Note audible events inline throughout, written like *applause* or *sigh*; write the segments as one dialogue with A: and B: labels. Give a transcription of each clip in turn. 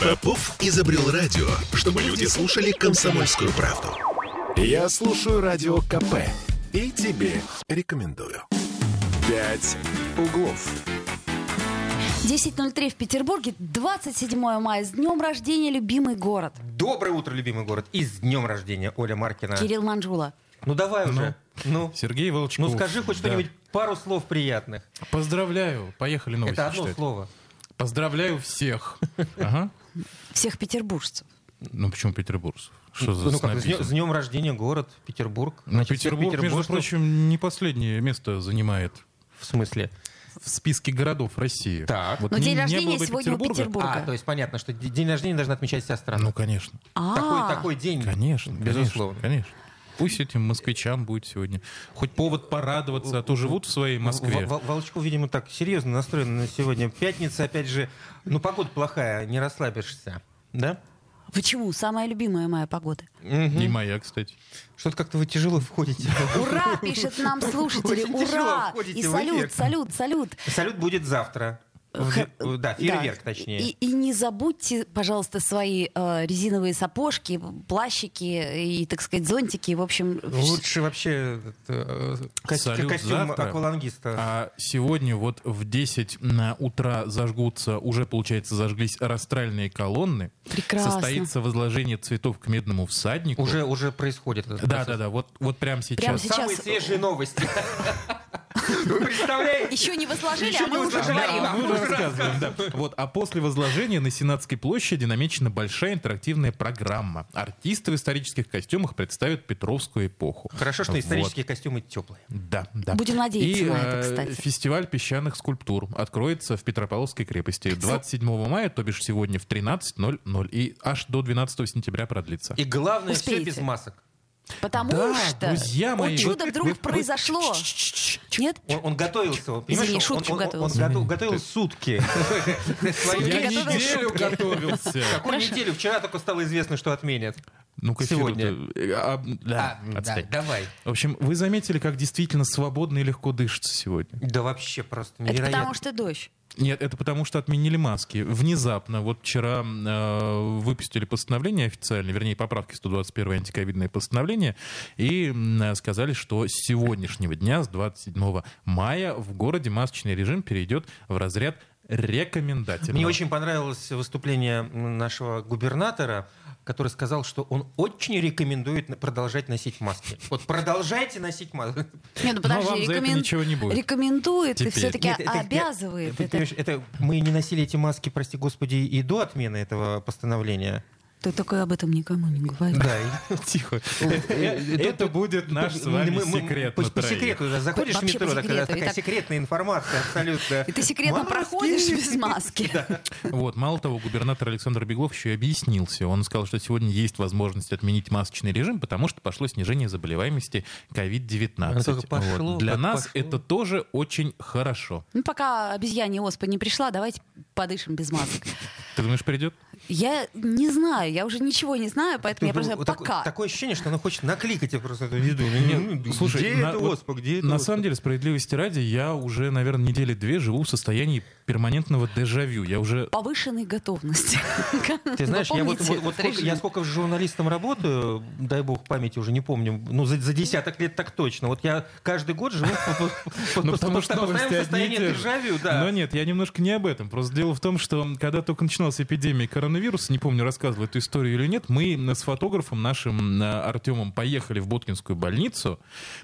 A: Попов изобрел радио, чтобы люди слушали комсомольскую правду.
B: Я слушаю Радио КП и тебе
A: Рекомендую.
B: «Пять углов».
C: 10.03 в Петербурге, 27 мая. С днем рождения, любимый город.
D: Доброе утро, любимый город. И с днем рождения, Оля Маркина.
C: Кирилл Манжула.
D: Ну давай уже. Ну,
E: Сергей Волчков.
D: ну скажи хоть
E: Да.
D: что-нибудь, пару слов приятных.
E: Поздравляю. Поехали новости
D: Это одно
E: читать.
D: слово. *laughs*
E: Поздравляю всех. Ага.
C: Всех петербуржцев.
E: Ну почему петербуржцев? Что за
D: ну как, с днем,
E: снобизм?
D: с днем рождения город, Петербург.
E: Ну,
D: Значит, всех
E: Петербург, между
D: петербуржцев-
E: прочим, не последнее место занимает
D: В смысле?
E: в списке городов России.
D: Так.
E: Вот
C: Но
E: не-
C: день
E: не было
C: рождения
E: бы
C: сегодня у Петербурга.
D: А, то есть понятно, что д- день рождения должна отмечать вся страна.
E: Ну, конечно.
C: А,
D: такой, такой день.
E: Конечно,
D: Безусловно.
E: безусловно. Конечно. Пусть этим москвичам будет сегодня хоть повод порадоваться, а то живут в своей Москве.
D: Во- Во- Волчков, видимо, так серьезно настроен на сегодня. Пятница, опять же, ну погода плохая, не расслабишься. Да?
C: Почему? Самая любимая моя
D: *laughs*
C: погода.
E: Не моя, кстати.
D: Что-то как-то вы тяжело входите.
C: Ура, пишет нам слушатели,
D: Очень тяжело
C: ура!
D: входите
C: И
D: в
C: салют,
D: эфир.
C: салют, салют.
D: Салют будет завтра. В-
C: Х-
D: Да, фейерверк, точнее.
C: И, и не забудьте, пожалуйста, свои э, резиновые сапожки, плащики и, так сказать, зонтики. В общем, вс-
D: Ну, Лучше вообще э, кос-
E: Салют
D: костюм
E: завтра.
D: аквалангиста.
E: А сегодня вот в 10 на утра зажгутся, уже, получается, зажглись растральные колонны.
C: Прекрасно.
E: Состоится возложение цветов к медному всаднику.
D: Уже, уже происходит этот процесс.
E: Да-да-да, вот, вот прямо сейчас.
C: Прямо сейчас.
D: Самые свежие новости. *laughs* Вы представляете?
C: еще не возложили,
D: Еще
C: а
D: не
C: мы уже
D: возложили,
C: говорим.
D: а
E: Мы уже рассказываем, да. Вот, а после возложения на Сенатской площади намечена большая интерактивная программа. Артисты в исторических костюмах представят Петровскую эпоху.
D: Хорошо, что
E: Вот.
D: исторические костюмы теплые.
E: Да, да.
C: Будем надеяться
E: И,
C: на это,
E: э,
C: кстати.
E: фестиваль песчаных скульптур откроется в Петропавловской крепости 27 мая, то бишь сегодня в 13.00 и аж до 12 сентября продлится.
D: И главное, все
C: Успеете.
D: без масок.
C: Потому
E: Да,
C: что
E: друзья мои,
C: о, чудо
E: вот-
C: вдруг
E: вот-
C: произошло. Нет?
D: Он, он готовился, он, понимаешь?
C: Извини,
D: он-
C: шуточку
D: он, он- он
C: готовился.
D: готов- готовил сутки. Свою
C: Я
D: неделю.
C: готовилась к
E: готовился.
D: Какую неделю? Вчера только стало известно, что отменят.
E: Ну, к эфиру-то, э, а, да,
D: А, да,
E: отстань.
D: давай.
E: В общем, вы заметили, как действительно свободно и легко дышится сегодня?
D: Да вообще просто
C: Это потому
D: невероятно.
C: что дождь.
E: Нет, это потому что отменили маски. Внезапно. Вот вчера э, выпустили постановление официально, вернее, поправки 121 антиковидное постановление, и м, э, сказали, что с сегодняшнего дня, с 27 мая, в городе масочный режим перейдет в разряд рекомендательного.
D: Мне очень понравилось выступление м, нашего губернатора, который сказал, что он очень рекомендует на- продолжать носить маски. Вот продолжайте носить маски.
C: Нет, ну
E: Но
C: подожди,
E: вам за это
C: рекомен-
E: ничего не будет.
C: рекомендует и
E: Теперь.
C: все-таки
D: *laughs* Нет, это-
C: обязывает.
D: это-
C: это.
D: понимаешь, это мы не носили эти маски, прости господи, и до отмены этого постановления.
C: Ты такой об этом никому не говори.
D: *laughs* Да.
E: Тихо. Это э, это будет наш с вами секрет.
D: По,
E: на
D: по
E: троих.
D: секрету да, заходишь в
C: Вообще по
D: метро, такая-
C: секрету, и
D: такая
C: так-
D: секретная информация абсолютно.
C: И ты секретно
D: Маски.
C: проходишь
D: *laughs*
C: без маски.
E: Вот, мало того, губернатор Александр Беглов еще и объяснился. Он сказал, что сегодня есть возможность отменить масочный режим, потому что пошло снижение заболеваемости
D: Оно
E: COVID-19.
D: только пошло,
E: Вот. Для
D: как
E: нас
D: пошло.
E: это тоже очень хорошо.
C: Ну, пока обезьянья оспа не пришла, давайте подышим без масок.
E: Ты думаешь, придет?
C: Я не знаю, я уже ничего не знаю, поэтому я просто
D: Вот так-
C: пока.
D: ну, Такое ощущение, что она хочет накликать тебе просто эту еду. Ну,
E: слушай,
D: где
E: на-
D: это
E: вот
D: оспа, где это
E: На
D: оспа?
E: самом деле, справедливости ради, я уже, наверное, недели две живу в состоянии перманентного дежавю. Я уже...
C: повышенной готовности. Ну,
D: Ты знаешь, я вот, вот- вот сколько, я
C: я
D: сколько журналистом работаю, дай бог памяти уже не помню, ну за, за десяток лет так точно. Вот я каждый год живу в
E: Ну, потому что новости одни и
D: состоянии
E: те же.
D: дежавю, да.
E: Но нет, я немножко не об этом. Просто дело в том, что когда только начиналась эпидемия коронавируса, не помню, рассказывал эту историю или нет, мы с фотографом нашим э, Артемом поехали в Боткинскую больницу,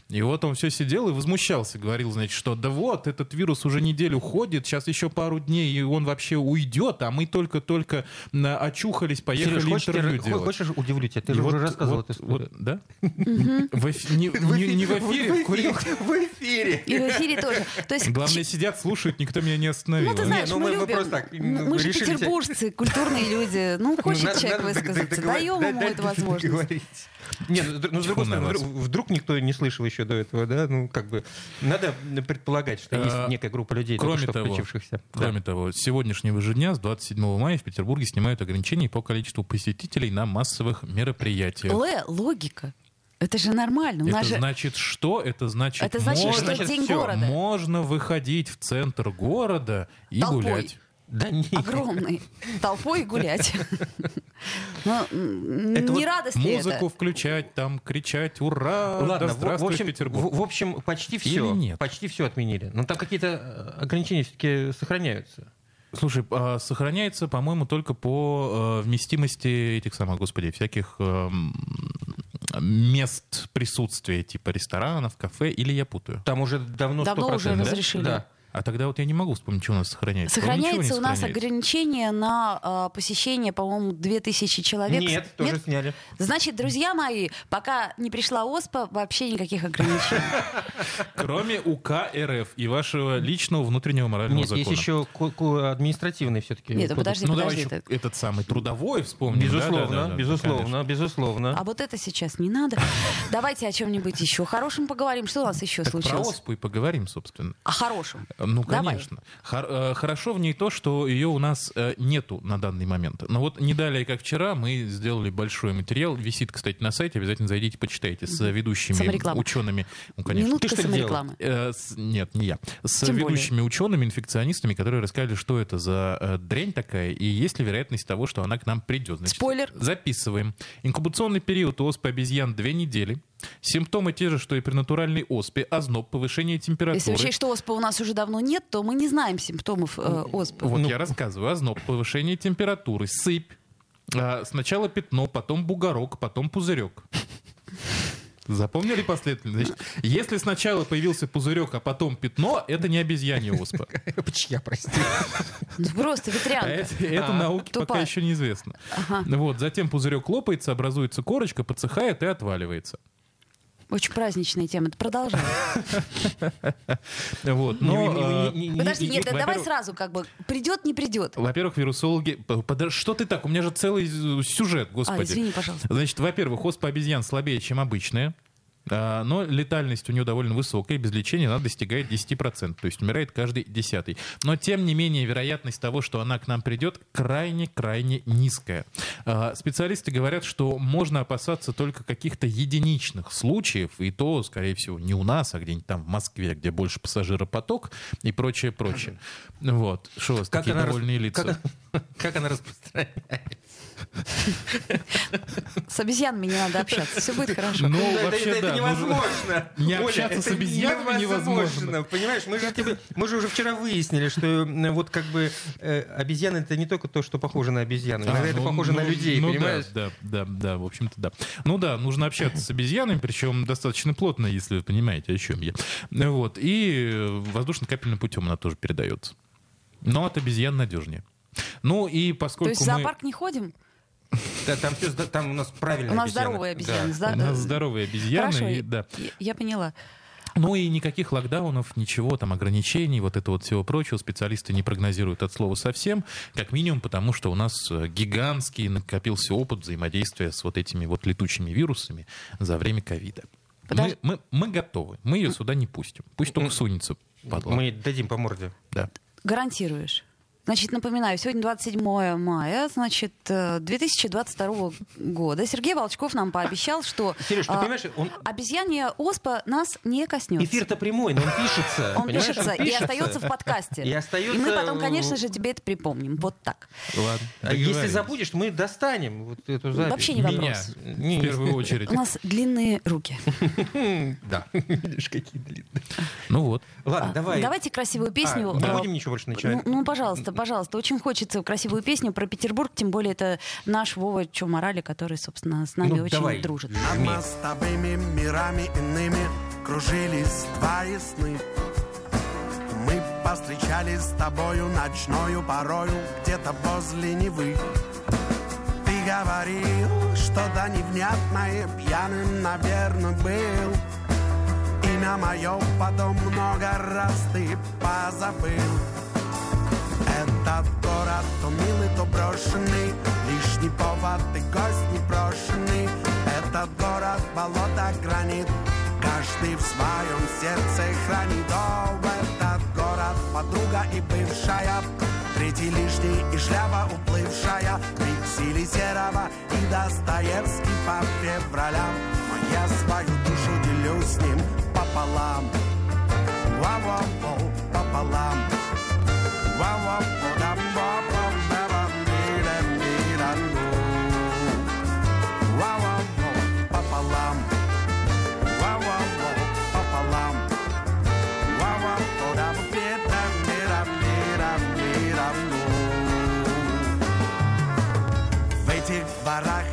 E: и вот он все сидел и возмущался, говорил, значит, что да вот, этот вирус уже неделю ходит, сейчас еще пару дней, и он вообще уйдет, а мы только-только э, очухались, поехали
D: Сереж, хочешь,
E: интервью
D: я-
E: делать.
D: хочешь удивлю тебя? Ты
E: И
D: же
E: вот-
D: уже рассказывал
E: вот-
D: эту историю.
E: вот, да? В эфи- не- Не не в эфире, в курилке.
D: В эфире.
C: И в эфире тоже. То есть,
E: Главное, сидят, слушают, никто меня не остановил.
C: ну, ты
E: А?
C: знаешь,
D: ну,
C: мы,
D: мы- мы
C: любим.
D: просто так,
C: мы
D: ну,
C: мы же
D: решили тебя-
C: петербуржцы, культурные люди.
D: *laughs*
C: Ну, хочет
D: Надо-
C: человек
D: надо
C: высказаться,
D: договор-
C: даем
D: да-
C: ему
D: да-
C: эту возможность.
D: договорить. Не, ну, ну, с
E: Чего
D: другой стороны,
E: на вас?
D: вдруг, вдруг никто не слышал еще до этого, да? Ну, как бы, надо предполагать, что
E: Э,
D: есть некая группа людей, только
E: Кроме
D: что
E: того,
D: включившихся.
E: Кроме того, с сегодняшнего же дня, с 27 мая, в Петербурге снимают ограничения по количеству посетителей на массовых мероприятиях.
C: Л, логика. Это же нормально. У
E: Это
C: нас же
E: значит что? Это значит,
C: Это значит,
E: можно,
C: что
D: значит,
C: день
D: всё.
C: города.
E: можно выходить в центр города и
C: Толпой.
E: гулять.
D: Да не.
C: огромной толпой
D: *laughs*
C: гулять. Но м,
D: Это
C: не
D: вот
C: радость ли это?
E: Музыку включать, там кричать «Ура!»
D: *laughs* Ладно,
E: да
D: в, в
E: здравствует
D: общем,
E: Петербург.
D: в- в общем, почти
E: Или
D: все.
E: нет?
D: Почти все отменили. Но там какие-то э, ограничения все-таки сохраняются.
E: Слушай, а сохраняется, по-моему, только по э, вместимости этих самых, господи, всяких эм, мест присутствия, типа ресторанов, кафе, или я путаю.
D: Там уже давно
C: Давно
D: 100%,
C: уже
D: да?
C: разрешили.
D: Да.
E: А тогда вот я не могу вспомнить, что у нас сохраняется. По-моему, ничего не
C: Сохраняется у нас
E: сохраняется.
C: ограничение на а, посещение, по-моему, 2000 человек.
D: Нет, тоже сняли.
C: Значит, друзья мои, пока не пришла ОСПА, вообще никаких ограничений.
E: Кроме УК РФ и вашего личного внутреннего морального
D: Нет,
E: закона.
D: есть еще ку- ку- административный все-таки.
C: Нет, ну подожди,
E: Ну давай
C: подожди.
E: еще
C: это-
E: этот самый трудовой вспомним.
D: Безусловно,
E: Да, да, да, да,
D: безусловно,
E: конечно.
D: безусловно.
C: А вот это сейчас не надо. Давайте о чем-нибудь еще хорошем поговорим. Что у нас еще
E: Так про
C: случилось?
E: ОСПУ и поговорим, собственно.
C: О хорошем.
E: Ну,
C: Давай.
E: конечно. Хор- э, хорошо в ней то, что ее у нас э, нету на данный момент. Но вот не далее, как вчера, мы сделали большой материал. Висит, кстати, на сайте. Обязательно зайдите, почитайте с э, ведущими
C: Самореклама.
E: учеными. Ну, конечно.
C: Минутка
D: Ты что ли
C: саморекламы.
E: Э, с- нет, не я. С
C: Тем более.
E: ведущими учеными, инфекционистами, которые рассказали, что это за э, дрянь такая и есть ли вероятность того, что она к нам придет. Значит,
C: Спойлер.
E: Записываем. Инкубационный период у оспы обезьян две недели. Симптомы те же, что и при натуральной оспе. Озноб, повышение температуры.
C: Если учесть, что ОСПА у нас уже давно нет, то мы не знаем симптомов э, ОСПы.
E: Вот
D: Ну.
E: я рассказываю. Озноб, повышение температуры, сыпь. А, сначала пятно, потом бугорок, потом пузырек. Запомнили последовательность? Значит, если сначала появился пузырек, а потом пятно, это не обезьянья
C: *laughs*
E: оспа.
D: Чья, прости.
C: Ну, Просто
E: А
C: ветрянка.
E: это, это науке пока
C: Тупая.
E: еще неизвестно. Вот, затем пузырек лопается, образуется корочка, подсыхает и отваливается.
C: Очень праздничная тема. Это Продолжай.
E: Вот, но, э,
C: Подожди, нет, да давай
E: во-первых-
C: сразу как бы придет, не придет.
E: Во-первых, вирусологи... п- подо- Что ты так? У меня же целый э, сюжет, господи.
C: А, извини, пожалуйста.
E: Значит, во-первых, оспа обезьян слабее, чем обычная. а, Но летальность у нее довольно высокая, и без лечения она достигает 10%, то есть умирает каждый десятый. Но, тем не менее, вероятность того, что она к нам придет, крайне-крайне низкая. А, Специалисты говорят, что можно опасаться только каких-то единичных случаев, и то, скорее всего, не у нас, а где-нибудь там в Москве, где больше пассажиропоток и прочее-прочее. Вот, что у вас такие
D: рас-
E: довольные лица?
D: Как, она- *laughs* как она распространяется?
C: С обезьянами не надо общаться. Все будет
D: *laughs*
C: хорошо.
E: Ну,
D: это,
E: вообще,
D: это- это
E: да, ну,
D: невозможно.
E: *laughs* не
D: Оля,
E: общаться с
D: это
E: обезьянами невозможно.
D: Понимаешь, мы же, тебе- мы же уже вчера выяснили, что э, вот как бы э, обезьяны это не только то, что похоже на обезьяну,
E: А,
D: иногда это
E: ну,
D: похоже
E: ну,
D: на людей,
E: ну да,
D: понимаешь?
E: Да, да, да, в общем-то, да. Ну да, нужно общаться с обезьянами, причем достаточно плотно, если вы понимаете, о чем я. Вот, и э, воздушно-капельным путем она тоже передается. Но от обезьян надежнее. Ну и
C: То
E: поскольку
C: есть в
E: мы...
C: зоопарк не ходим?
D: Да, там, все, там у нас правильно
C: У нас здоровые обезьяны. зда-
E: У нас *laughs* здоровые обезьяны,
C: Хорошо,
E: и-
C: я-
E: да.
C: я- я поняла.
E: Ну и никаких локдаунов, ничего там, ограничений, вот этого вот всего прочего специалисты не прогнозируют от слова совсем, как минимум потому, что у нас э, гигантский накопился опыт взаимодействия с вот этими вот летучими вирусами за время ковида.
C: Подож-
E: Мы, мы- мы готовы, мы ее сюда не пустим. Пусть только сунется, падла.
D: Мы дадим по морде.
E: Да.
C: Гарантируешь. Значит, напоминаю, сегодня 27 мая, значит, э, 2022 года. Сергей Волчков нам пообещал, что
D: Сереж, ты
C: а,
D: понимаешь, он-
C: обезьянья оспа нас не коснется.
D: Эфир-то прямой, но он пишется.
C: Он
D: понимаешь?
C: пишется и остается в подкасте.
D: И остается-
C: мы потом, конечно же, тебе это припомним. Вот так.
E: Ладно.
D: А Если
E: договорились.
D: забудешь, мы достанем вот эту запись.
C: Вообще не
E: меня
C: вопрос.
E: в первую очередь.
C: У нас длинные руки.
D: Да. Видишь, какие длинные.
E: Ну вот.
D: Ладно, А, давай.
C: А, Давайте красивую песню.
D: А, не
C: э,
D: будем ничего больше
C: Ну,
D: начинать.
C: ну, пожалуйста, пожалуйста. Очень хочется красивую песню про Петербург, тем более это наш Вова Чумарали, который, собственно, с нами
D: Ну,
C: очень
D: давай.
C: дружит.
F: А мы с тобыми мирами иными Кружились два сны Мы повстречались с тобою Ночною порою Где-то возле Невы Ты говорил Что-то невнятное Пьяным, наверное, был Имя мое потом много раз ты позабыл этот город то милый, то брошенный Лишний повод и гость непрошенный Этот город болото гранит Каждый в своем сердце хранит О, этот город подруга и бывшая Третий лишний и шляпа уплывшая Пиксели серого и Достоевский по февралям Но я свою душу делю с ним пополам Ва-ва-во, пополам Wow, wow, wow,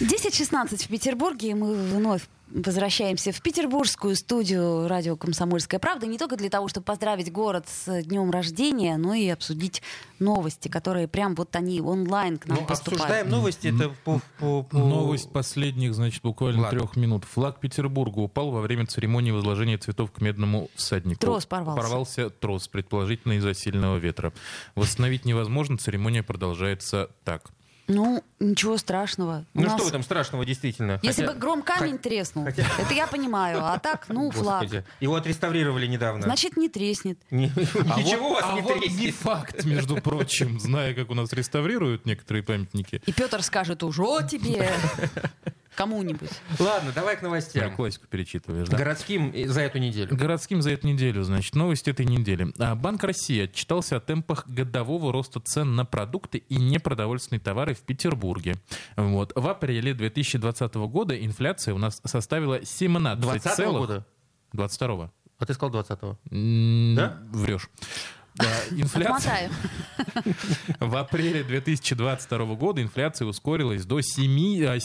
C: 10.16 в Петербурге, и мы вновь возвращаемся в петербургскую студию радио «Комсомольская правда» не только для того, чтобы поздравить город с днем рождения, но и обсудить новости, которые прям вот они онлайн к нам
D: Ну,
C: поступают.
D: обсуждаем новости. Это по, по-
E: Э,
D: по-
E: Новость последних, значит, буквально
D: Ладно.
E: трех минут. Флаг Петербурга упал во время церемонии возложения цветов к медному всаднику.
C: Трос порвался.
E: Порвался трос, предположительно из-за сильного ветра. Восстановить невозможно, церемония продолжается так.
C: Ну, ничего страшного. У
D: Ну
C: нас-
D: что в этом страшного, действительно?
C: Если
D: Хотя-
C: бы гром камень треснул,
D: хотя-
C: это я понимаю. А так, ну, флаг.
D: Господи, Его отреставрировали недавно.
C: Значит, не треснет.
D: Ни-
E: А
D: Ничего у
E: вот-
D: вас
E: а
D: не
E: вот
D: трясет.
E: не факт, между прочим, зная, как у нас реставрируют некоторые памятники.
C: И Петр скажет, ужо
D: *laughs*
C: тебе кому-нибудь.
D: Ладно, давай к
E: Прям
D: новостям.
E: Классику перечитываешь, да?
D: Городским э, за эту неделю.
E: Городским за эту неделю, значит, новость этой недели. А, Банк России отчитался о темпах годового роста цен на продукты и непродовольственные товары в Петербурге. Вот. В апреле 2020 года инфляция у нас составила 17
D: 20
E: целых-
D: года?
E: 22
D: А ты сказал 20-го. Да?
E: Да? Врешь. Да, инфляция...
C: Отмотаю.
E: В апреле 2022 года инфляция ускорилась до 7, э,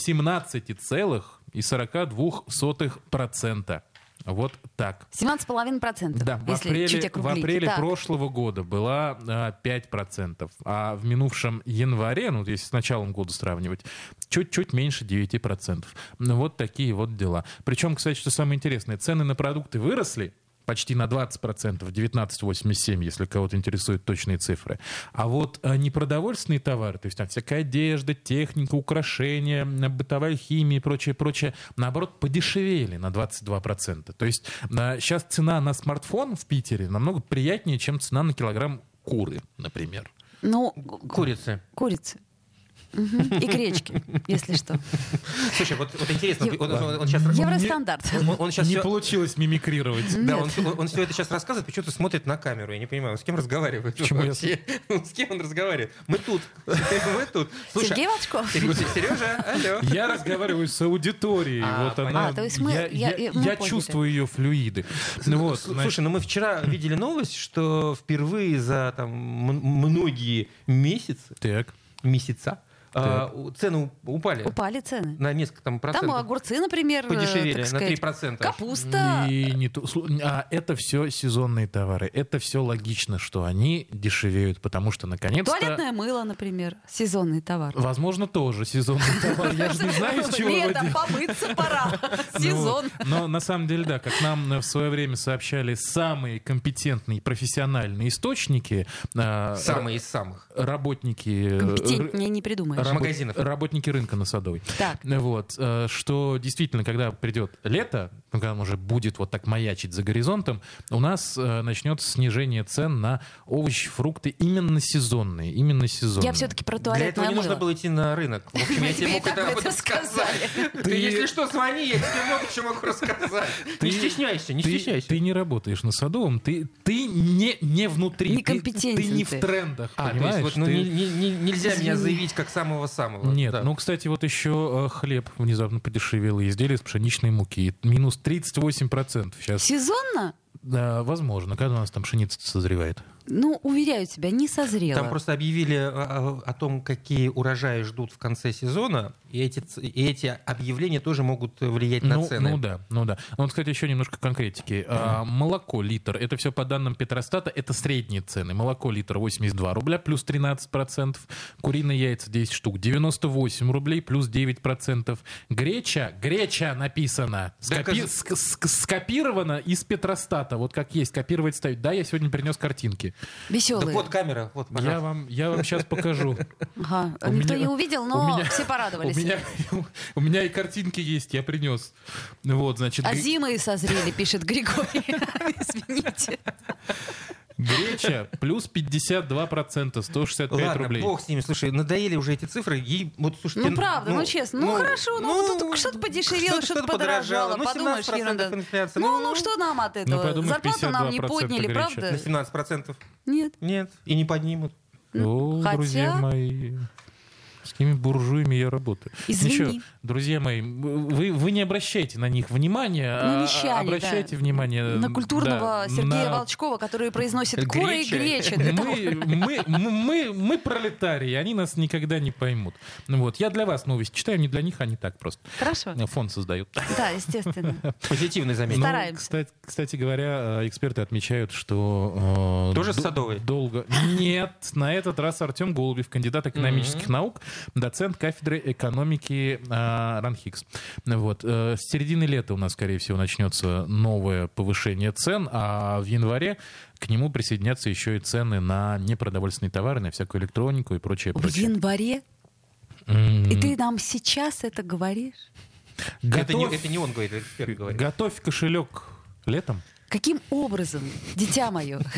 E: 17,42%. Вот так.
C: 17,5%.
E: Да, в
C: если чуть
E: апреле, в
C: округлить.
E: апреле
C: Так.
E: прошлого года была а, 5%, а в минувшем январе, ну, если с началом года сравнивать, чуть-чуть меньше 9%. Ну, вот такие вот дела. Причем, кстати, что самое интересное, цены на продукты выросли почти на 20%, 19,87, если кого-то интересуют точные цифры. А вот а, непродовольственные товары, то есть там всякая одежда, техника, украшения, м, бытовая химия и прочее, прочее, наоборот, подешевели на 22%. То есть сейчас цена на смартфон в Питере намного приятнее, чем цена на килограмм куры, например.
C: Ну,
D: Курицы.
C: курицы. Мгм. И гречки, если что.
D: Слушай, вот, вот интересно,
C: Ев-
D: он, он- он сейчас...
C: Евростандарт.
D: сейчас
E: Не получилось мимикрировать.
D: Да, он, все это сейчас рассказывает, почему-то смотрит на камеру. Я не понимаю, он с кем разговаривает
E: Почему я-
D: вообще? *laughs* Ну, С кем он разговаривает? Мы тут. *laughs* Мы тут. Слушай, а
C: Сергей Волчков.
D: Сер- Сережа, алло.
E: Я разговариваю с аудиторией.
D: А,
E: вот
D: понятно.
E: она,
C: А, то есть мы-
E: я,
C: я-
E: я-
C: мы
E: я
C: поняли.
E: чувствую ее флюиды. Ну вот,
D: С-
E: значит,
D: Слушай, ну мы вчера видели новость, что впервые за там м- многие месяцы,
E: так.
D: месяца, а, у- цены у- упали
C: Упали цены.
D: на несколько там
C: Там
D: процентов.
C: огурцы, например, э,
D: Подешевели
C: так
D: на
C: сказать,
D: 3%.
C: Капуста.
E: И не то- слу- а это все сезонные товары. Это все логично, что они дешевеют, потому что наконец-то.
C: Туалетное мыло, например, сезонный товар.
E: Возможно,
C: *laughs*
E: тоже сезонный товар. Я же не знаю, с чего его
C: Лето,
E: делать.
C: помыться пора. *laughs*
E: Ну
C: Сезон.
E: вот. Но на самом деле, да, как нам э, в свое время сообщали самые компетентные и профессиональные источники, э,
D: Самые из самых.
E: р- работники э,
C: Компетентнее не придумаешь.
E: Работ-
D: Магазинов.
E: Работники рынка на Садовой.
C: Так.
E: Вот, э, что действительно, когда придет лето, ну, когда оно уже будет вот так маячить за горизонтом, у нас э, начнется снижение цен на овощи, фрукты именно сезонные, именно сезонные.
C: Я все-таки про
D: Для этого
C: туалетное
D: не нужно
C: мыло.
D: было идти на рынок. В общем, я тебе
C: Тебе и
D: мог
C: так
D: это об
C: это
D: этом
C: сказали.
D: сказать. Ты, если что, звони, я тебе много чего могу
E: *laughs*
D: рассказать. Не стесняйся, не
E: Ты,
D: стесняйся.
E: ты не работаешь на Садовом, ты, ты не, не внутри. ты-
C: Некомпетентен
E: Ты, не
C: ты.
E: в трендах,
D: А, то
E: понимаешь?
D: есть вот, ну,
E: Ты-
D: не- не- не- нельзя
C: Извини.
D: меня заявить как самого самого-самого.
E: Нет,
D: да.
E: ну, кстати, вот еще э, хлеб внезапно подешевел, и изделия из пшеничной муки. Минус 38% сейчас.
C: Сезонно?
E: Да, возможно, когда у нас там пшеница созревает.
C: Ну, уверяю тебя, не созрела.
D: Там просто объявили а, а, о том, какие урожаи ждут в конце сезона, и эти, ц- и эти объявления тоже могут э, влиять на
E: ну,
D: цены.
E: ну да, ну да. Ну, Вот, кстати, еще немножко конкретики. А, молоко литр, это все по данным Петростата, это средние цены. Молоко литр 82 рубля, плюс 13%. Куриные яйца 10 штук, 98 рублей, плюс 9%. Греча, греча написано, скопи-
D: Доказ-
E: ск- ск- скопировано из Петростата. Вот как есть, копировать ставить. Да, я сегодня принес картинки.
D: Да
C: Веселые.
D: вот камера, вот,
E: Я
D: пожалуйста.
E: вам, я вам сейчас покажу.
C: Ага.
E: У
C: Никто
E: меня-
C: не увидел,
E: у
C: но
E: меня-
C: все порадовались.
E: У меня, *laughs* у меня и картинки есть, я принес. Вот, значит,
C: А
E: гре-
C: зимы созрели, пишет Григорий. *laughs* Извините.
E: греча *laughs* плюс 52%, 165
D: Ладно,
E: рублей.
D: бог с ними. Слушай, надоели уже эти цифры. И вот, слушайте,
C: Ну, правда, ну, честно. Ну, хорошо, ну, вот тут что-то подешевело, что-то подорожало.
D: Ну,
C: Подумаешь,
D: 17%
C: ерунда.
D: инфляция.
C: Ну, ну, что нам от
E: Ну,
C: этого?
E: подумаешь,
C: Зарплату нам не
E: 52%
C: подняли,
E: гречи.
D: На
C: правда?
D: 17%.
C: Нет.
D: Нет, и не поднимут.
E: О,
C: Хотя-
E: друзья мои, с какими буржуями я работаю.
C: Извини.
E: Ничего, друзья мои, вы, вы не обращайте на них внимания, а-
C: нещали, Ну, да.
E: обращайте внимание
C: На культурного
E: Эм, да,
C: Сергея
E: на-
C: Волчкова, который произносит куры и
D: Греча.
C: гречи. Для того-
E: *laughs* Мы, мы, мы, мы пролетарии, они нас никогда не поймут. Ну вот, я для вас новость читаю, не для них, они так просто.
C: Хорошо.
E: Фонд создают.
C: Да,
E: *laughs*
C: естественно.
D: Позитивный заметил.
E: Ну,
C: Стараемся.
E: кстати, кстати говоря, э, эксперты отмечают, что... э,
D: Тоже с
E: дол-
D: Садовой?
E: Долго. *laughs* Нет, на этот раз Артем Голубев, кандидат экономических наук, доцент кафедры экономики э, РАНХИКС. Вот. э, С середины лета у нас, скорее всего, начнется новое повышение цен, а в январе к нему присоединятся еще и цены на непродовольственные товары, на всякую электронику и прочее.
C: В
E: прочее.
C: январе?
E: М,
C: И ты нам сейчас это говоришь?
D: Это не,
E: готовь-
D: это не он говорит, эксперт говорит.
E: Готовь кошелек летом.
C: Каким образом, дитя мое?
E: *laughs*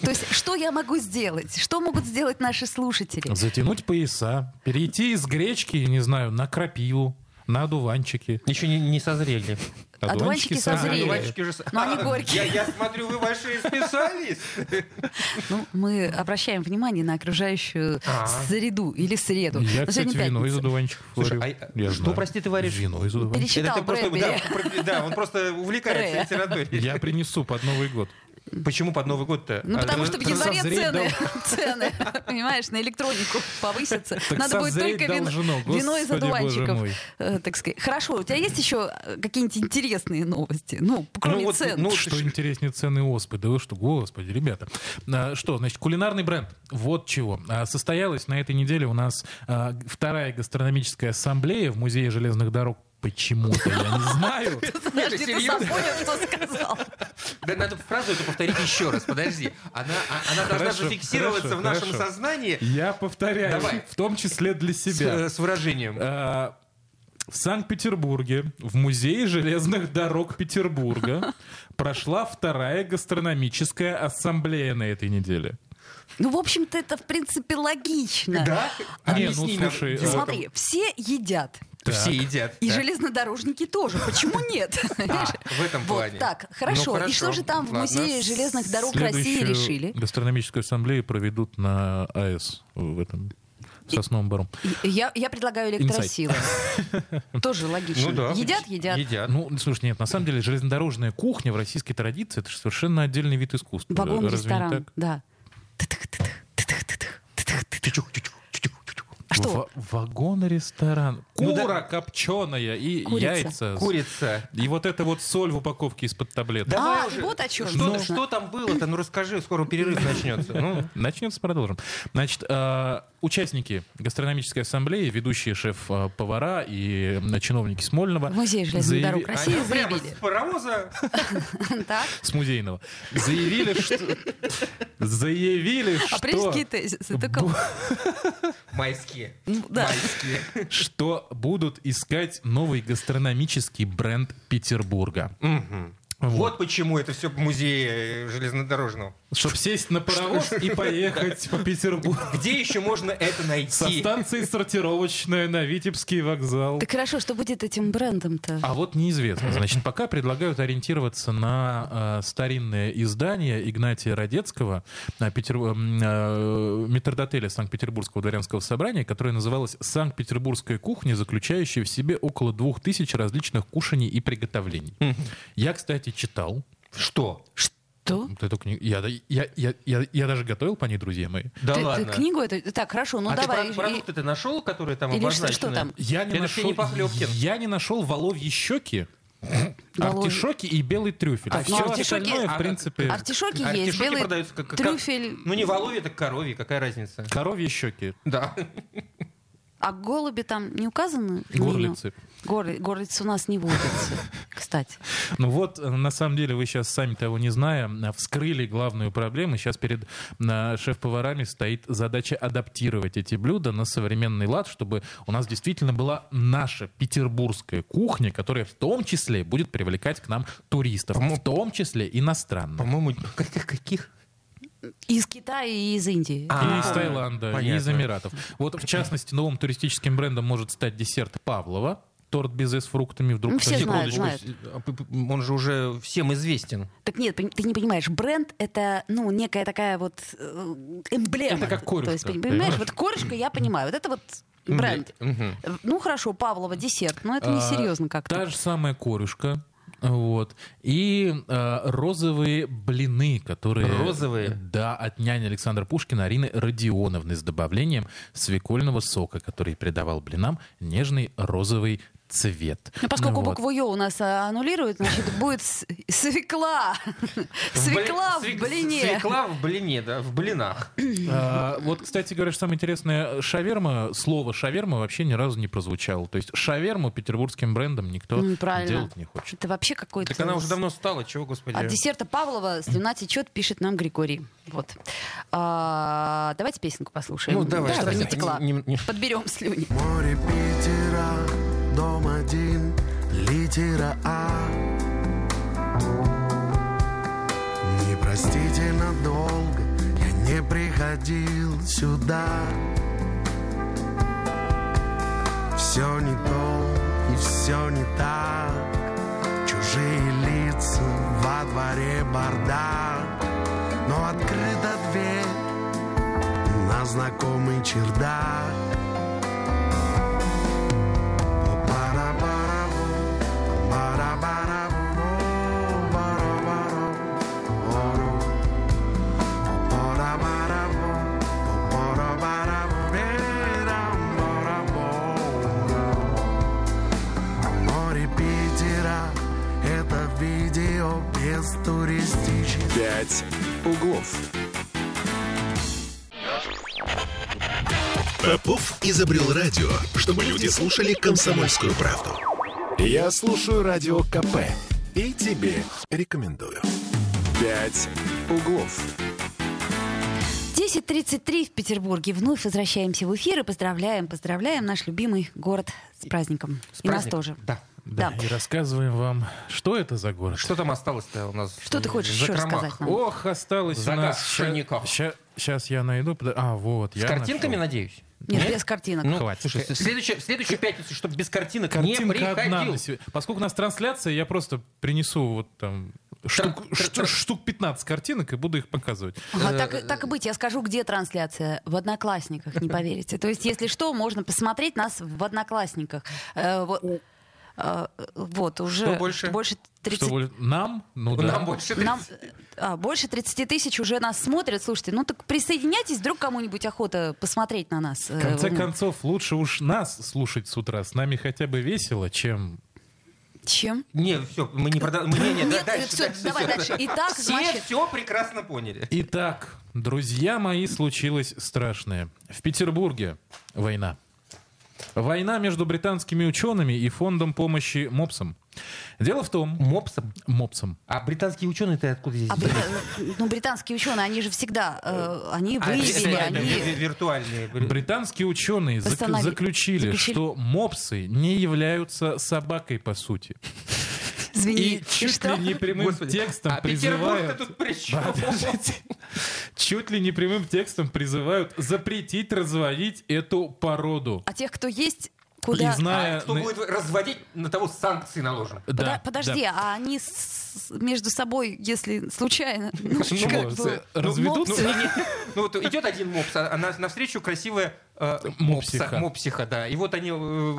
C: То есть, что я могу сделать? Что могут сделать наши
E: Ну,
C: слушатели?
E: Затянуть пояса, перейти из гречки, не знаю, на крапиву, на одуванчики.
D: Еще не, не созрели.
C: Одуванчики созрели.
D: Одуванчики же... с-
C: Но они
D: А,
C: горькие.
D: Я, я смотрю, вы большие специалисты.
C: Ну, мы обращаем внимание на окружающую
D: А.
C: среду или среду.
E: Я,
C: Но
E: кстати,
C: сегодня
E: вино из
C: пятница.
E: одуванчиков
D: Слушай,
E: варю.
D: а
E: Я
D: что,
E: знаю.
D: прости, ты варишь?
E: Вино из одуванчиков.
C: Читал
D: Это ты просто,
C: Брэдбери.
D: да, про- да, он просто увлекается
C: Ре.
D: литературой.
E: Я принесу под Новый год.
D: Почему под Новый год-то?
C: Ну,
D: А,
C: потому
D: ну,
C: что в
E: так
C: январе
E: созреть
C: цены, *laughs* цены, понимаешь, на электронику повысятся.
E: Так
C: Надо будет
E: созреть
C: только вино,
E: должно,
C: вино из
E: господи, боже
C: одуванчиков.
E: мой.
C: э, так сказать. Хорошо, у тебя есть еще э, какие-нибудь интересные новости? Ну, кроме
D: вот,
C: цен.
D: ну,
E: Что интереснее цены оспы? Да вы что, господи, ребята. А, Что, значит, кулинарный бренд. Вот чего. А, Состоялась на этой неделе у нас а, вторая гастрономическая ассамблея в Музее железных дорог. Почему-то, я не знаю.
C: Подожди, ты сам
D: серьезно?
C: понял, что сказал.
D: Да надо фразу эту повторить еще раз, подожди. Она, а- она должна
E: Хорошо,
D: зафиксироваться
E: хорошо,
D: в нашем
E: хорошо.
D: сознании
E: Я повторяю,
D: Давай.
E: в том числе для
D: с,
E: себя.
D: э, с выражением.
E: А, В Санкт-Петербурге, в Музее железных
C: *laughs*
E: дорог Петербурга, прошла вторая гастрономическая ассамблея на этой неделе.
C: Ну, в общем-то, это, в принципе, логично.
D: Да? а,
E: Не,
D: Объясни
E: ну,
D: нам,
E: слушай,
D: Дима,
E: э,
C: Смотри, все едят.
D: то Все едят.
C: И
D: да.
C: железнодорожники тоже. Почему нет?
D: А,
C: Понимаешь?
D: в этом плане.
C: Вот так, хорошо.
D: Ну,
C: И что же там в
D: ладно. Ну,
C: Музее железных дорог России
E: Следующую
C: решили?
E: гастрономическую ассамблею проведут на АЭС в этом в Сосновом Бару.
C: И- Я, я предлагаю электросилы. Тоже логично.
D: Ну да.
C: Едят, едят.
D: Едят.
E: Ну, слушай, нет, на самом деле железнодорожная кухня в российской традиции это же совершенно отдельный вид искусства. Разве не
C: Вагон-ресторан,
E: так?
C: да. Тытых-тытых, тытых-тытых, тытых-тытых. А что?
E: Ва- Вагон-ресторан.
D: Ну
E: Кура
D: да.
E: копченая и
C: Курица.
E: яйца.
D: Курица.
E: И вот это вот соль в упаковке из-под таблеток.
D: Давай
C: А,
D: уже.
C: вот о чем.
D: Что,
C: Ну.
D: что там было-то? Ну расскажи, скоро перерыв начнется. Ну,
E: Начнется, продолжим. Значит, э, участники гастрономической ассамблеи, ведущие шеф-повара и э, чиновники Смольного
C: В Музее железных
E: заяви-
C: дорог России
D: они прямо с
C: заявили.
D: паровоза.
C: Так,
E: с музейного заявили, что заявили,
C: апрельские
E: что
C: тезисы. Только-
E: *laughs*
D: Майские.
C: Ну, Да.
D: Майские.
E: что будут искать новый гастрономический бренд Петербурга.
D: Вот, почему это все музей э, железнодорожного.
E: Чтобы сесть на паровоз и поехать по Петербургу.
D: Где еще можно это
E: Со
D: найти?
E: станции сортировочная на Витебский вокзал.
C: Так хорошо, что будет этим брендом-то?
E: А вот неизвестно. Значит, пока предлагают ориентироваться на э, старинное издание Игнатия Радецкого на Петер... э, м, э, метрдотеля Санкт-Петербургского дворянского собрания, которое называлось «Санкт-Петербургская кухня», заключающая в себе около двух тысяч различных кушаний и приготовлений. Я, кстати, читал.
D: Что?
C: Что?
E: Вот эту книгу. Я, я, я, я, я даже готовил по ней, друзья мои.
D: Да
C: Ты- ты
D: ладно.
C: книгу эту... Так, хорошо, ну
D: а
C: давай.
D: ты
C: и-
D: про- продукты ты нашел, которые там
C: Или что-
D: обозначены?
C: что там?
E: Я не
D: Это
E: нашел,
D: Фени Похлёбкин.
E: Я не нашел воловьи щеки,
C: Воловьи.
E: артишоки и белый трюфель.
C: Так, ну,
E: все
C: артишоки-
E: остальное, в
D: а,
E: принципе,
C: Артишоки, есть,
D: Артишоки
C: белый
D: продаются как... как-
C: трюфель.
D: Ну не воловьи, так коровьи, какая разница?
E: коровьи щеки.
D: Да.
C: А голуби там не указаны? в меню?
E: Горлицы.
C: Горле- Горлиц у нас не водится, кстати.
E: Ну вот, э, на самом деле, вы сейчас сами того не зная, э, вскрыли главную проблему. Сейчас перед э, шеф-поварами стоит задача адаптировать эти блюда на современный лад, чтобы у нас действительно была наша петербургская кухня, которая в том числе будет привлекать к нам туристов,
D: По-моему,
E: в том числе иностранных.
D: По-моему, *laughs* каких? каких?
C: Из Китая и из Индии.
E: И из
D: А,
E: Таиланда, и из
D: понятно.
E: Эмиратов. Вот, в частности, новым туристическим брендом может стать десерт Павлова. Торт безе с фруктами вдруг...
C: Ну, все
E: кто-нибудь-
C: знают,
D: Секундочку, а, п- п- Он же уже всем известен.
C: Так нет, пон- ты не понимаешь, бренд это, ну, некая такая вот э, эмблема.
E: Это как
C: То есть,
E: корюшка,
C: пон- понимаешь,
E: понимаешь?
C: вот корешка я понимаю, вот это вот бренд.
D: Мгм.
C: Э, Ну хорошо, Павлова десерт, но это
E: А,
C: несерьезно
E: Та
C: как-то.
E: же самая корюшка. Вот. И э, розовые блины, которые...
D: Розовые?
E: Да, от няни Александра Пушкина Арины Родионовны с добавлением свекольного сока, который придавал блинам нежный розовый цвет.
C: Ну, поскольку
E: Вот.
C: букву Ё у нас а, аннулируют, значит, будет с-
D: *laughs*
C: свекла. Свекла в
D: блин- свек-
C: блине.
D: Свекла в блине, да, в блинах.
E: А, вот, кстати говоря, что самое интересное, шаверма, слово шаверма вообще ни разу не прозвучало. То есть шаверму петербургским брендом никто
C: Ну, и правильно.
E: делать не хочет.
C: Это вообще какой-то... А,
D: Так она уже давно стала, чего, господи.
C: От десерта Павлова слюна течет, пишет нам Григорий. Вот. А, давайте песенку послушаем.
D: Ну, давай,
C: Чтобы не
D: давайте.
C: текла.
D: Не- не-
C: Подберем слюни.
F: Море Питера, дом один, литера А. Непростительно долго я не приходил сюда. Все не то и все не так. Чужие лица во дворе бардак, но открыта дверь на знакомый чердак. Ба-ра-ба-ра-бу, ба-ра-ба-ра-бу, ба-ра-ба-ра-бу, ба-ра-ба-ра-бу, ба-ра-ба-ра-бу, ба-ра-ба-ра-бу. Море Питера – это видео без туристических
B: Пять углов.
A: Попов изобрел радио, чтобы люди слушали комсомольскую правду.
B: Я слушаю радио КП и тебе рекомендую. Пять углов.
C: 10.33 в Петербурге. Вновь возвращаемся в эфир и поздравляем, поздравляем наш любимый город с праздником.
D: С
C: и нас
D: праздником.
C: тоже.
D: Да.
E: Да,
C: Да.
E: и рассказываем вам, что это за город.
D: Что там осталось-то у нас?
C: Что ты
D: в
C: хочешь еще
D: закромах?
C: рассказать нам?
E: Ох, осталось у нас...
D: Загашенников.
E: Сейчас я найду... подо- А, вот,
D: С
E: я
D: картинками,
E: нашел.
D: надеюсь?
C: Нет, без картинок.
D: Ну,
E: Хватит.
D: Слушай, в следующую, в следующую пятницу, чтобы без картинок не
E: Картинка одна.
D: приходил.
E: на сего- Поскольку у нас трансляция, я просто принесу вот там... Штук,
D: тр-
E: шту- штук 15 картинок и буду их показывать.
C: Ага,
E: э,
C: так, так и быть, я скажу, где трансляция. В Одноклассниках, не поверите. То есть, если что, можно посмотреть нас в Одноклассниках. Э, вот, э, вот, уже
D: Что больше?
C: больше 30
E: Что вы- нам? Ну да.
D: Нам больше
C: Нам, э, а, больше 30 тысяч уже нас смотрят. Слушайте, ну так присоединяйтесь, вдруг кому-нибудь охота посмотреть на нас.
E: В
C: Э,
E: конце
C: ну,
E: концов, лучше уж нас слушать с утра. С нами хотя бы весело, чем...
C: Чем?
D: Не, все, мы не продаем.
C: Нет, всё, давай дальше. Итак,
D: все,
C: значит-
D: все прекрасно поняли.
E: Итак, друзья мои, случилось страшное. В Петербурге война. Война между британскими учеными и фондом помощи МОПСам. Дело в том...
D: Мопсом.
E: МОПСам.
D: А британские ученые-то откуда здесь?
C: А бри- э, ну, британские ученые, они же всегда, э, они
D: А, это-
C: выявили,
D: это ви-
C: они...
D: виртуальные.
E: Британские ученые зак-
C: Постанови-
E: заключили,
C: заключили-
E: что мопсы не являются собакой по сути.
C: Извини.
E: И чуть
C: что?
E: ли не прямым
D: Господи.
E: текстом
D: а Петербург-то
E: призывают...
D: тут при чем?
E: Подождите. Чуть ли не прямым текстом призывают запретить разводить эту породу.
C: А тех, кто есть, куда...
E: Ну И зная...
D: А кто
E: на-
D: будет разводить, на того санкции наложим.
E: Да,
C: Подо-
E: да.
C: подожди, а они с- между собой, если
E: *laughs*
C: случайно, ну,
E: Ну,
C: как
E: вот,
C: бы,
E: э,
D: Ну,
E: разведут, *laughs*
C: мопсы,
D: не- не. Ну, вот идет один мопс, а на- навстречу красивая э,
E: Мопсиха.
D: мопса- мопсиха, да. И вот они... э,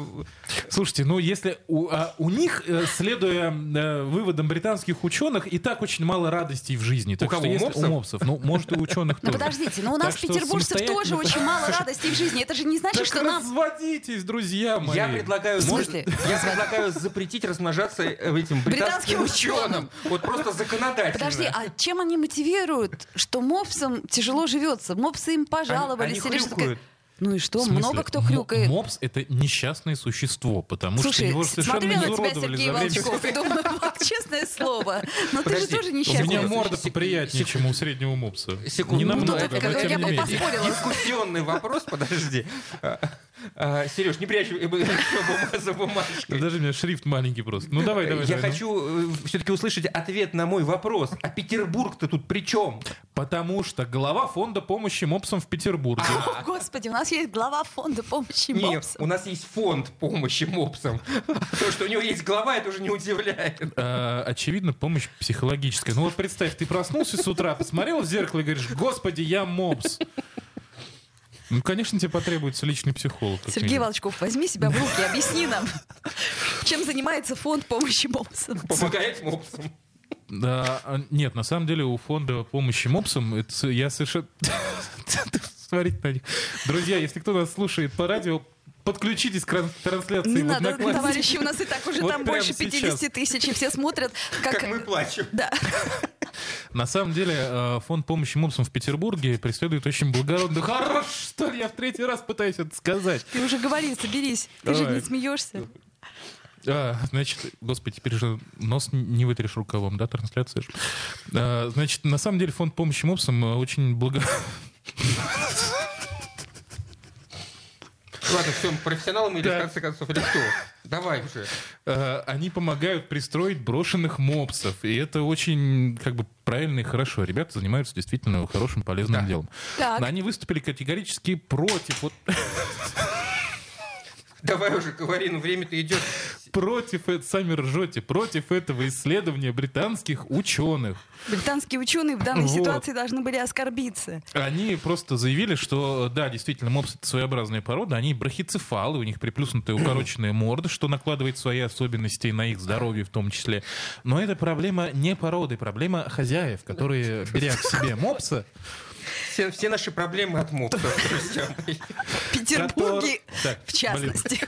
E: Слушайте, ну если у, а, у них, э, следуя э, выводам британских ученых, и так очень мало радостей в жизни. Так
D: кого,
E: что
D: у
E: если-
D: мопсов?
E: у мопсов? Ну, может, и у ученых
C: Ну
E: тоже.
C: подождите, но у
E: Так
C: нас,
E: что
C: петербуржцев, тоже
E: самостоятельно-
C: очень мало радостей в жизни. Это же не значит,
E: Так
C: что нам...
E: разводитесь, друзья мои.
D: Я предлагаю,
C: В
D: может,
C: смысле?
D: я предлагаю запретить размножаться э, этим
C: Британским
D: британским ученым. Вот просто законодательно.
C: Подожди, а чем они мотивируют, что мопсам тяжело живется? Мопсы им
D: они
C: пожаловались. или что-то такое.
D: хрюкают.
C: Ну и что?
E: В смысле?
C: Много кто
E: М-
C: хрюкает.
E: Мопс — это несчастное существо, потому что
C: Слушай,
E: его же
C: смотрела на
E: совершенно
C: тебя
E: изуродовали
C: Сергей
E: за время...
C: Волчков и думала, вот честное слово, но ты же
D: Подожди,
C: тоже
E: У меня
C: несчастный.
E: морда
D: Секунду.
E: поприятнее, чем у среднего мопса.
D: Секунду.
E: Не
D: Ну,
E: намного,
C: тут это
E: но
C: как- я
E: тем
C: бы
E: не менее.
C: поспорила.
D: Дискуссионный вопрос, подожди. Сереж, не прячь э, бумажку за бумажкой.
E: Даже у меня шрифт маленький просто. Ну давай, давай.
D: Я
E: давай, ну.
D: хочу все-таки услышать ответ на мой вопрос. А Петербург-то тут при чем?
E: Потому что глава фонда помощи мопсам в Петербурге.
C: О, Господи, у нас есть глава фонда помощи
D: Не,
C: мопсам.
D: у нас есть фонд помощи мопсам. То, что у него есть глава, это уже не удивляет.
E: Э, Очевидно, помощь психологическая. Ну вот представь, ты проснулся с утра, посмотрел в зеркало и говоришь, господи, я мопс. Ну, конечно, тебе потребуется личный психолог. как
C: Сергей
E: минимум.
C: Волчков, возьми себя в руки, объясни нам, чем занимается фонд помощи мопсам.
D: Помогает мопсам.
E: Да, а, нет, на самом деле у фонда помощи мопсам это с- я совершенно... *laughs* Смотрите на них. Друзья, если кто нас слушает по радио, подключитесь к тран- трансляции.
C: Не
E: в
C: надо,
E: «Одноклассниках».
C: товарищи, у нас и так уже
E: Вот
C: там
E: прямо
C: больше 50
E: сейчас.
C: тысяч, и все смотрят, как...
D: Как мы плачем.
C: Да.
E: На самом деле, э, фонд помощи мопсам в Петербурге преследует очень благородных... Хорош, что ли, я в третий раз пытаюсь это сказать.
C: Ты уже говори, соберись. Ты же
E: Давай.
C: не смеешься.
E: А, значит, господи, теперь же нос не вытрешь рукавом, да, трансляция же. А, значит, на самом деле фонд помощи мопсам э, очень благо... *laughs*
D: Ладно, все, профессионалам или в конце концов, или кто? Давай уже.
E: Э, Они помогают пристроить брошенных мопсов. И это очень как бы правильно и хорошо. Ребята занимаются действительно хорошим, полезным
D: Да.
E: делом.
C: Так.
E: Но они выступили категорически против, вот, *laughs*
D: Давай уже, говори, ну время-то идет.
E: против, э, сами ржете, против этого исследования британских ученых.
C: Британские ученые в данной
E: Вот.
C: ситуации должны были оскорбиться.
E: Они просто заявили, что да, действительно, мопсы это своеобразная порода, они брахицефалы, у них приплюснутая укороченная морда, что накладывает свои особенности на их здоровье в том числе. Но это проблема не породы, проблема хозяев, которые, беря к себе мопса,
D: Все, все наши проблемы от мопсов, друзья мои.
C: В Петербурге,
E: Котор- Так,
C: в частности.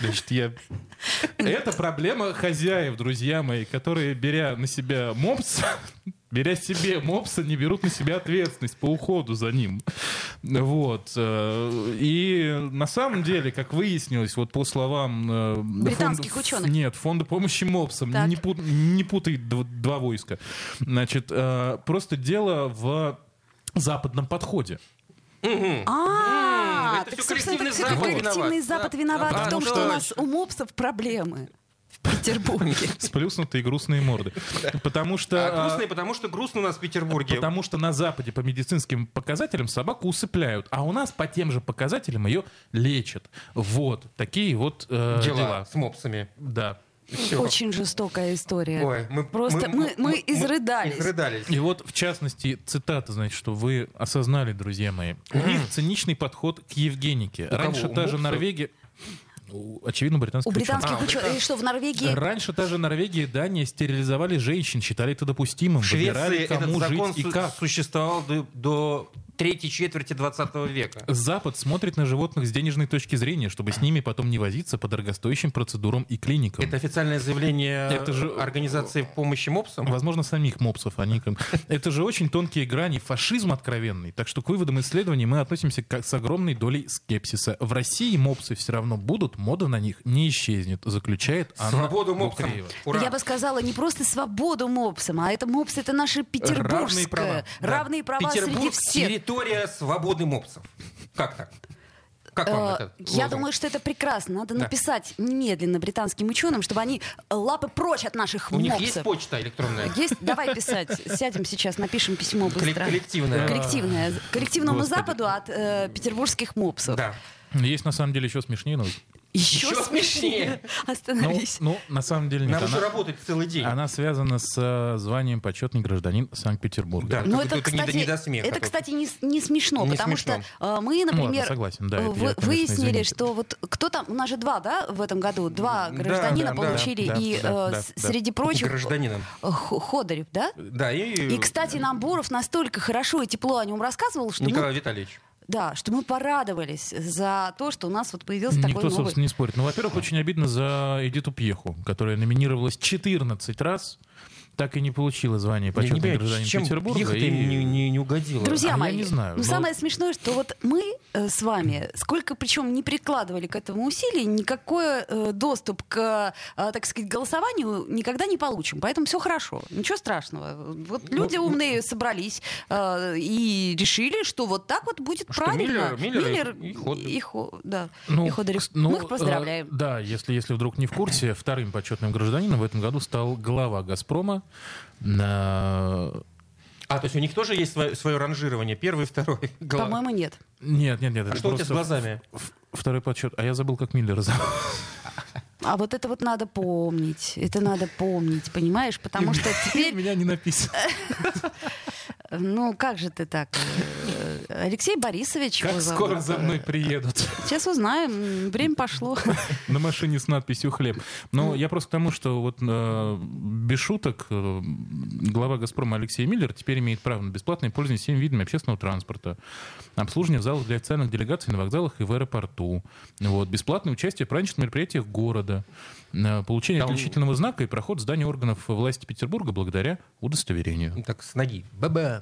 E: Значит, я... *laughs* Это проблема хозяев, друзья мои, которые, беря на себя мопса, *laughs* беря себе мопса, не берут на себя ответственность по уходу за ним. Вот. э, И на самом деле, как выяснилось, вот по словам... э,
C: Британских
E: фонда-
C: ученых.
E: Нет, фонда помощи мопсам.
C: Так.
E: Не, пут- не путай дв- два войска. Значит, э, просто дело в западном подходе.
C: А,
D: это
C: так,
D: всё
C: собственно, так
D: коллективный
C: всё-таки
D: Запад
C: коллективный
D: виноват.
C: Запад
D: Да.
C: виноват в
E: Да,
C: том,
E: ну
C: что у
E: точно.
C: нас у мопсов проблемы в Петербурге.
E: Сплюснутые грустные морды. Потому что...
D: А
E: э,
D: грустные, потому что грустно у нас в Петербурге.
E: Потому что на Западе по медицинским показателям собаку усыпляют, а у нас по тем же показателям ее лечат. Вот такие вот э,
D: Дела,
E: дела.
D: с мопсами.
E: Да.
D: Всё.
C: Очень жестокая история.
D: Ой, мы
C: Просто мы, мы изрыдались.
D: изрыдались.
E: И вот, в частности, цитата, значит, что вы осознали, друзья мои.
D: *clears throat*
E: У них циничный подход к Евгенике.
D: кого?
E: Раньше
D: У
E: та же
D: мопсов?
E: Норвегия... У- Очевидно, британских
C: У
E: ученых.
C: британских
D: А,
C: ученых. И что, в Норвегии
E: Раньше та же Норвегия и Дания стерилизовали женщин, считали это допустимым,
D: В
E: выбирали,
D: Швеции этот
E: кому
D: закон
E: жить и
D: су-
E: как.
D: существовал до, до третьей четверти 20 века.
E: Запад смотрит на животных с денежной точки зрения, чтобы с ними потом не возиться по дорогостоящим процедурам и клиникам.
D: Это официальное заявление
E: Это же-
D: организации помощи мопсам.
E: Возможно, самих мопсов.
D: *laughs*
E: Они как... Это же очень тонкие грани, фашизм откровенный. Так что к выводам исследований мы относимся как с огромной долей скепсиса. В России мопсы все равно будут, мода на них не исчезнет, заключает Анна
D: Свободу мопсам.
E: Букреева.
D: Ура.
C: Я бы сказала, не просто свободу мопсам, а это мопсы, это наши петербургские.
D: права. Да.
C: Равные права
D: Петербург
C: среди всех.
D: территория свободы мопсов. Как так? Как вам
C: Э,
D: это?
C: Я думаю, что это прекрасно. Надо
D: Да.
C: написать немедленно британским ученым, чтобы они лапы прочь от наших
D: У них
C: мопсов.
D: есть почта электронная?
C: Есть? Давай писать. Сядем сейчас, напишем письмо
D: Коллек-
C: быстро.
D: Коллективная.
C: Коллективное. Коллективному
E: Господи.
C: Западу от э, петербургских мопсов.
D: Да.
E: Есть на самом деле еще
D: *laughs*
E: смешнее новость.
C: Еще,
D: Ещё смешнее.
C: смешнее.
E: Ну,
C: Остановись.
E: ну, на самом деле нет.
D: Нам же
E: Она,
D: работать целый день.
E: она связана с э, званием почетный гражданин Санкт-Петербурга.
D: Да.
C: Но
D: Тут-
C: Ну, это,
D: тут не до-
C: кстати,
D: не до смеха
C: это,
D: тут.
C: кстати, не, с- не смешно,
D: Не
C: потому
D: смешно.
C: что э, мы,
E: ладно,
C: например,
E: согласен, да,
C: э,
E: это я,
C: вы-
E: конечно,
C: выяснили,
E: извините.
C: что вот кто там, у нас же два, да, в этом году, два
D: Да,
C: гражданина
D: да, да,
C: получили,
E: да,
C: и
E: да,
C: э,
E: да,
C: с-
E: да.
C: среди прочих
D: Гражданином.
C: э, Х- Ходорев, да?
D: Да, и,
C: И, кстати, нам Буров настолько хорошо и тепло о нем рассказывал,
E: Ну,
C: что,
D: Николай
C: мы,
D: Витальевич.
C: да, что мы порадовались за то, что у нас вот появился
E: Никто,
C: такой новый...
E: собственно, не спорит. Ну, во-первых, очень обидно за Эдиту Пьеху, которая номинировалась 14 раз, так и не получила
D: Я
E: звание
D: не
E: почетный
D: понимаю,
E: гражданин
D: чем
E: Петербурга.
D: Пьеха-то
E: и-
D: им не, не, не угодила.
C: Друзья
E: А я
C: мои,
E: не знаю,
C: ну,
E: но-
C: самое смешное, что вот мы э, с вами, сколько причем не прикладывали к этому усилий, никакой э, доступ к, э, так сказать, голосованию никогда не получим. Поэтому все хорошо, ничего страшного.
E: Ну,
C: Вот люди
E: а
C: умные собрались э, и решили, что вот так вот будет
E: А
D: Что
C: правильно.
D: Миллер- Миллер и- и Ходорев.
C: и Хо- да,
E: Ну,
C: и Ходорев.
E: кс- ну,
C: мы их поздравляем.
E: э, да, если, если вдруг не в курсе, вторым почетным гражданином в этом году стал глава «Газпрома». Э, На-
D: А, то есть у них тоже есть свое, свое ранжирование, первый, второй. *laughs* глава.
C: По-моему, нет.
E: Нет, нет, нет.
D: а
E: это
D: что у тебя с
E: просто
D: глазами?
E: в- Второй подсчет. А я забыл, как Миллера зовут.
C: А вот это вот надо помнить. Это надо помнить, понимаешь? Потому что
E: У
C: теперь
E: меня не написано.
C: Ну, как же ты так? Э, Алексей Борисович. его
E: Как
C: зовут.
E: скоро за мной приедут.
C: Сейчас узнаем. М, Время пошло.
E: На машине с надписью «Хлеб». Но я просто к тому, что вот э, без шуток э, глава «Газпрома» Алексей Миллер теперь имеет право на бесплатное пользование всеми видами общественного транспорта, обслуживание в залах для официальных делегаций на вокзалах и в аэропорту, вот, бесплатное участие в праздничных мероприятиях города, э, получение
D: Там-
E: отличительного знака и проход в здание органов власти Петербурга благодаря удостоверению.
D: Так, с ноги. Ба-ба.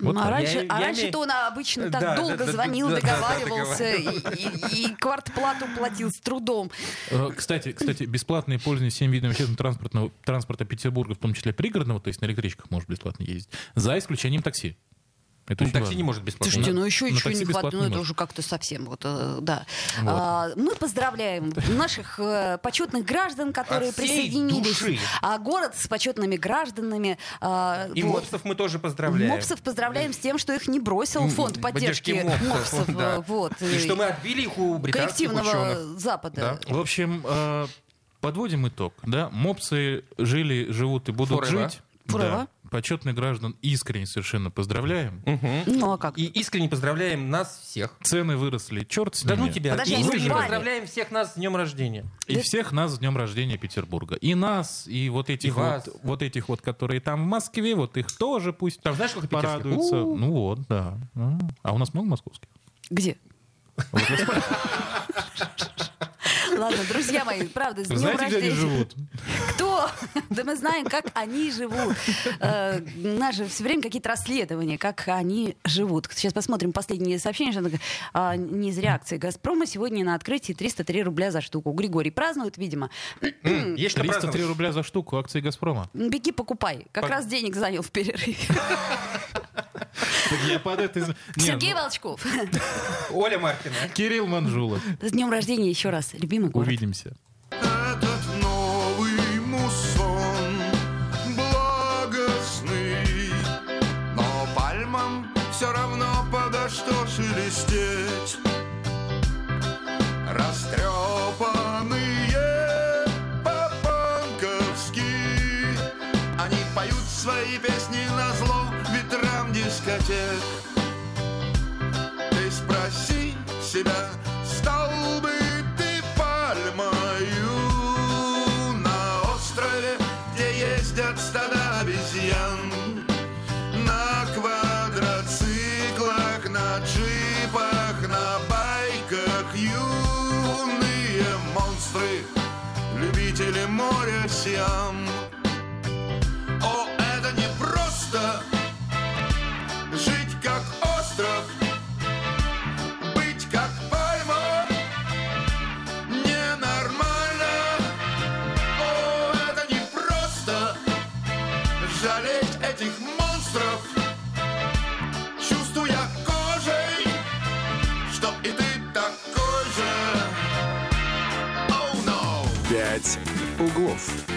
E: Вот
C: М, а
E: так.
C: раньше,
D: Я-
C: а
D: я
C: раньше-то он обычно так
D: Да, да,
C: долго
D: да,
C: звонил,
D: да, да,
C: договаривался и, и- и квартплату платил с трудом.
E: Э, Кстати, кстати, бесплатное пользование всеми видами общественного транспортного, транспорта Петербурга, в том числе пригородного, то есть на электричках может бесплатно ездить, за исключением такси. Это
D: Ну,
E: очень
D: такси
E: важно.
D: не может бесплатно.
C: Слушайте, ну еще
E: на
C: ничего
E: такси
C: не хватает,
E: бесплатно
C: ну это
E: можно.
C: уже как-то совсем вот, э, да.
E: Вот.
C: А, мы поздравляем наших э, почетных граждан, которые
D: всей
C: присоединились.
D: души.
C: А город с почетными гражданами. а,
D: И
C: вот.
D: мопсов мы тоже поздравляем.
C: Мопсов поздравляем с тем, что их не бросил
D: М,
C: фонд поддержки, мопсов. э,
D: да.
C: Вот,
D: И
C: э,
D: что мы отбили их у британских
C: коллективного
D: ученых.
C: Запада.
E: В общем, э, подводим итог. Да? Мопсы жили, живут и будут
D: Forever.
E: жить.
C: Forever.
E: Да. Почетных граждан искренне совершенно поздравляем.
D: Мгм.
C: Ну а как?
D: И искренне поздравляем нас всех.
E: Цены выросли, черт с
D: Да ну
E: ними.
D: тебя.
C: Подожди,
D: И
C: они
D: мы же
C: упали.
D: поздравляем всех нас с днем рождения.
E: И всех нас с днем рождения Петербурга. И нас, и вот
D: И
E: этих,
D: вас.
E: вот, вот этих вот, которые там в Москве, вот их тоже пусть
D: Там знаешь, сколько питерских?
E: порадуются. Ну вот, да. А. А у нас много московских?
C: Где? Ладно, друзья мои, правда, с
E: Вы
C: днем
E: знаете, где они
C: рождения.
E: *laughs* живут?
C: Кто? Да мы знаем, как они живут. Э, У нас же все время какие-то расследования, как они живут. Сейчас посмотрим последние сообщения. Что такое. А, не из реакции «Газпрома» сегодня на открытии 303 рубля за штуку. Григорий празднует, видимо.
D: М, Есть что
E: 303
D: праздновать.
E: рубля за штуку акции «Газпрома».
C: Беги, покупай. Как
D: Пон-
C: раз денег занял в перерыве.
E: Я под это... *laughs* из- Не,
C: Сергей
E: ну,
C: Волчков. *laughs*
D: Оля Маркина.
E: Кирилл Манжулов.
C: С днем рождения еще раз, любимый город.
E: Увидимся.
F: Этот новый мусон благостный, но пальмам все равно подо что шелестеть. Растрепанные по-панковски Они поют свои песни на зло ветрам дискотек Ты спроси себя, стал бы ты пальмою На острове, где ездят стада обезьян на квадроциклах, на джипах, на байках Юные монстры, любители моря Сиам О, это не просто Жить как остров Быть как пальма Ненормально О, это не просто жалеть этих монстров Чувствуя кожей, что и ты такой Oh,
B: углов.